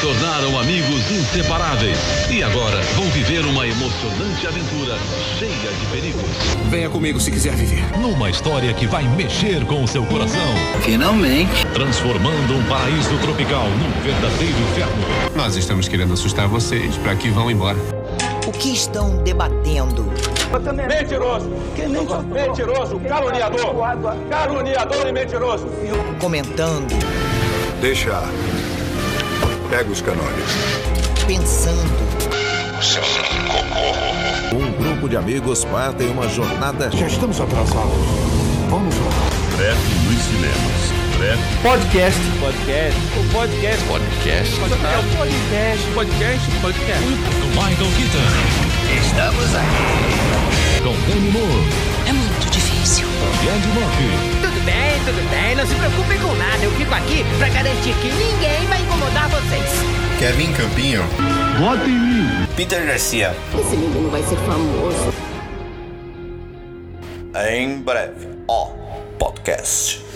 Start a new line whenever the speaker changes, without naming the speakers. tornaram amigos inseparáveis e agora vão viver uma emocionante aventura cheia de perigos.
Venha comigo se quiser viver.
Numa história que vai mexer com o seu coração,
Finalmente.
transformando um paraíso tropical num verdadeiro inferno.
Nós estamos querendo assustar vocês para que vão embora.
O que estão debatendo?
Mentiroso! Mentiroso, caluniador! Caluniador e mentiroso!
Comentando,
Deixa. Pega os canônicos.
pensando,
Um grupo de amigos partem uma jornada
Michael Keaton. Estamos aqui. Com Demi Moore. É muito difícil. E Andy Murphy.
Tudo bem, tudo bem. Não se preocupem com nada. Eu fico aqui pra garantir que ninguém vai incomodar vocês.
Kevin Campinho.
Peter Garcia,
Esse menino vai ser famoso.
em breve. Ó, podcast.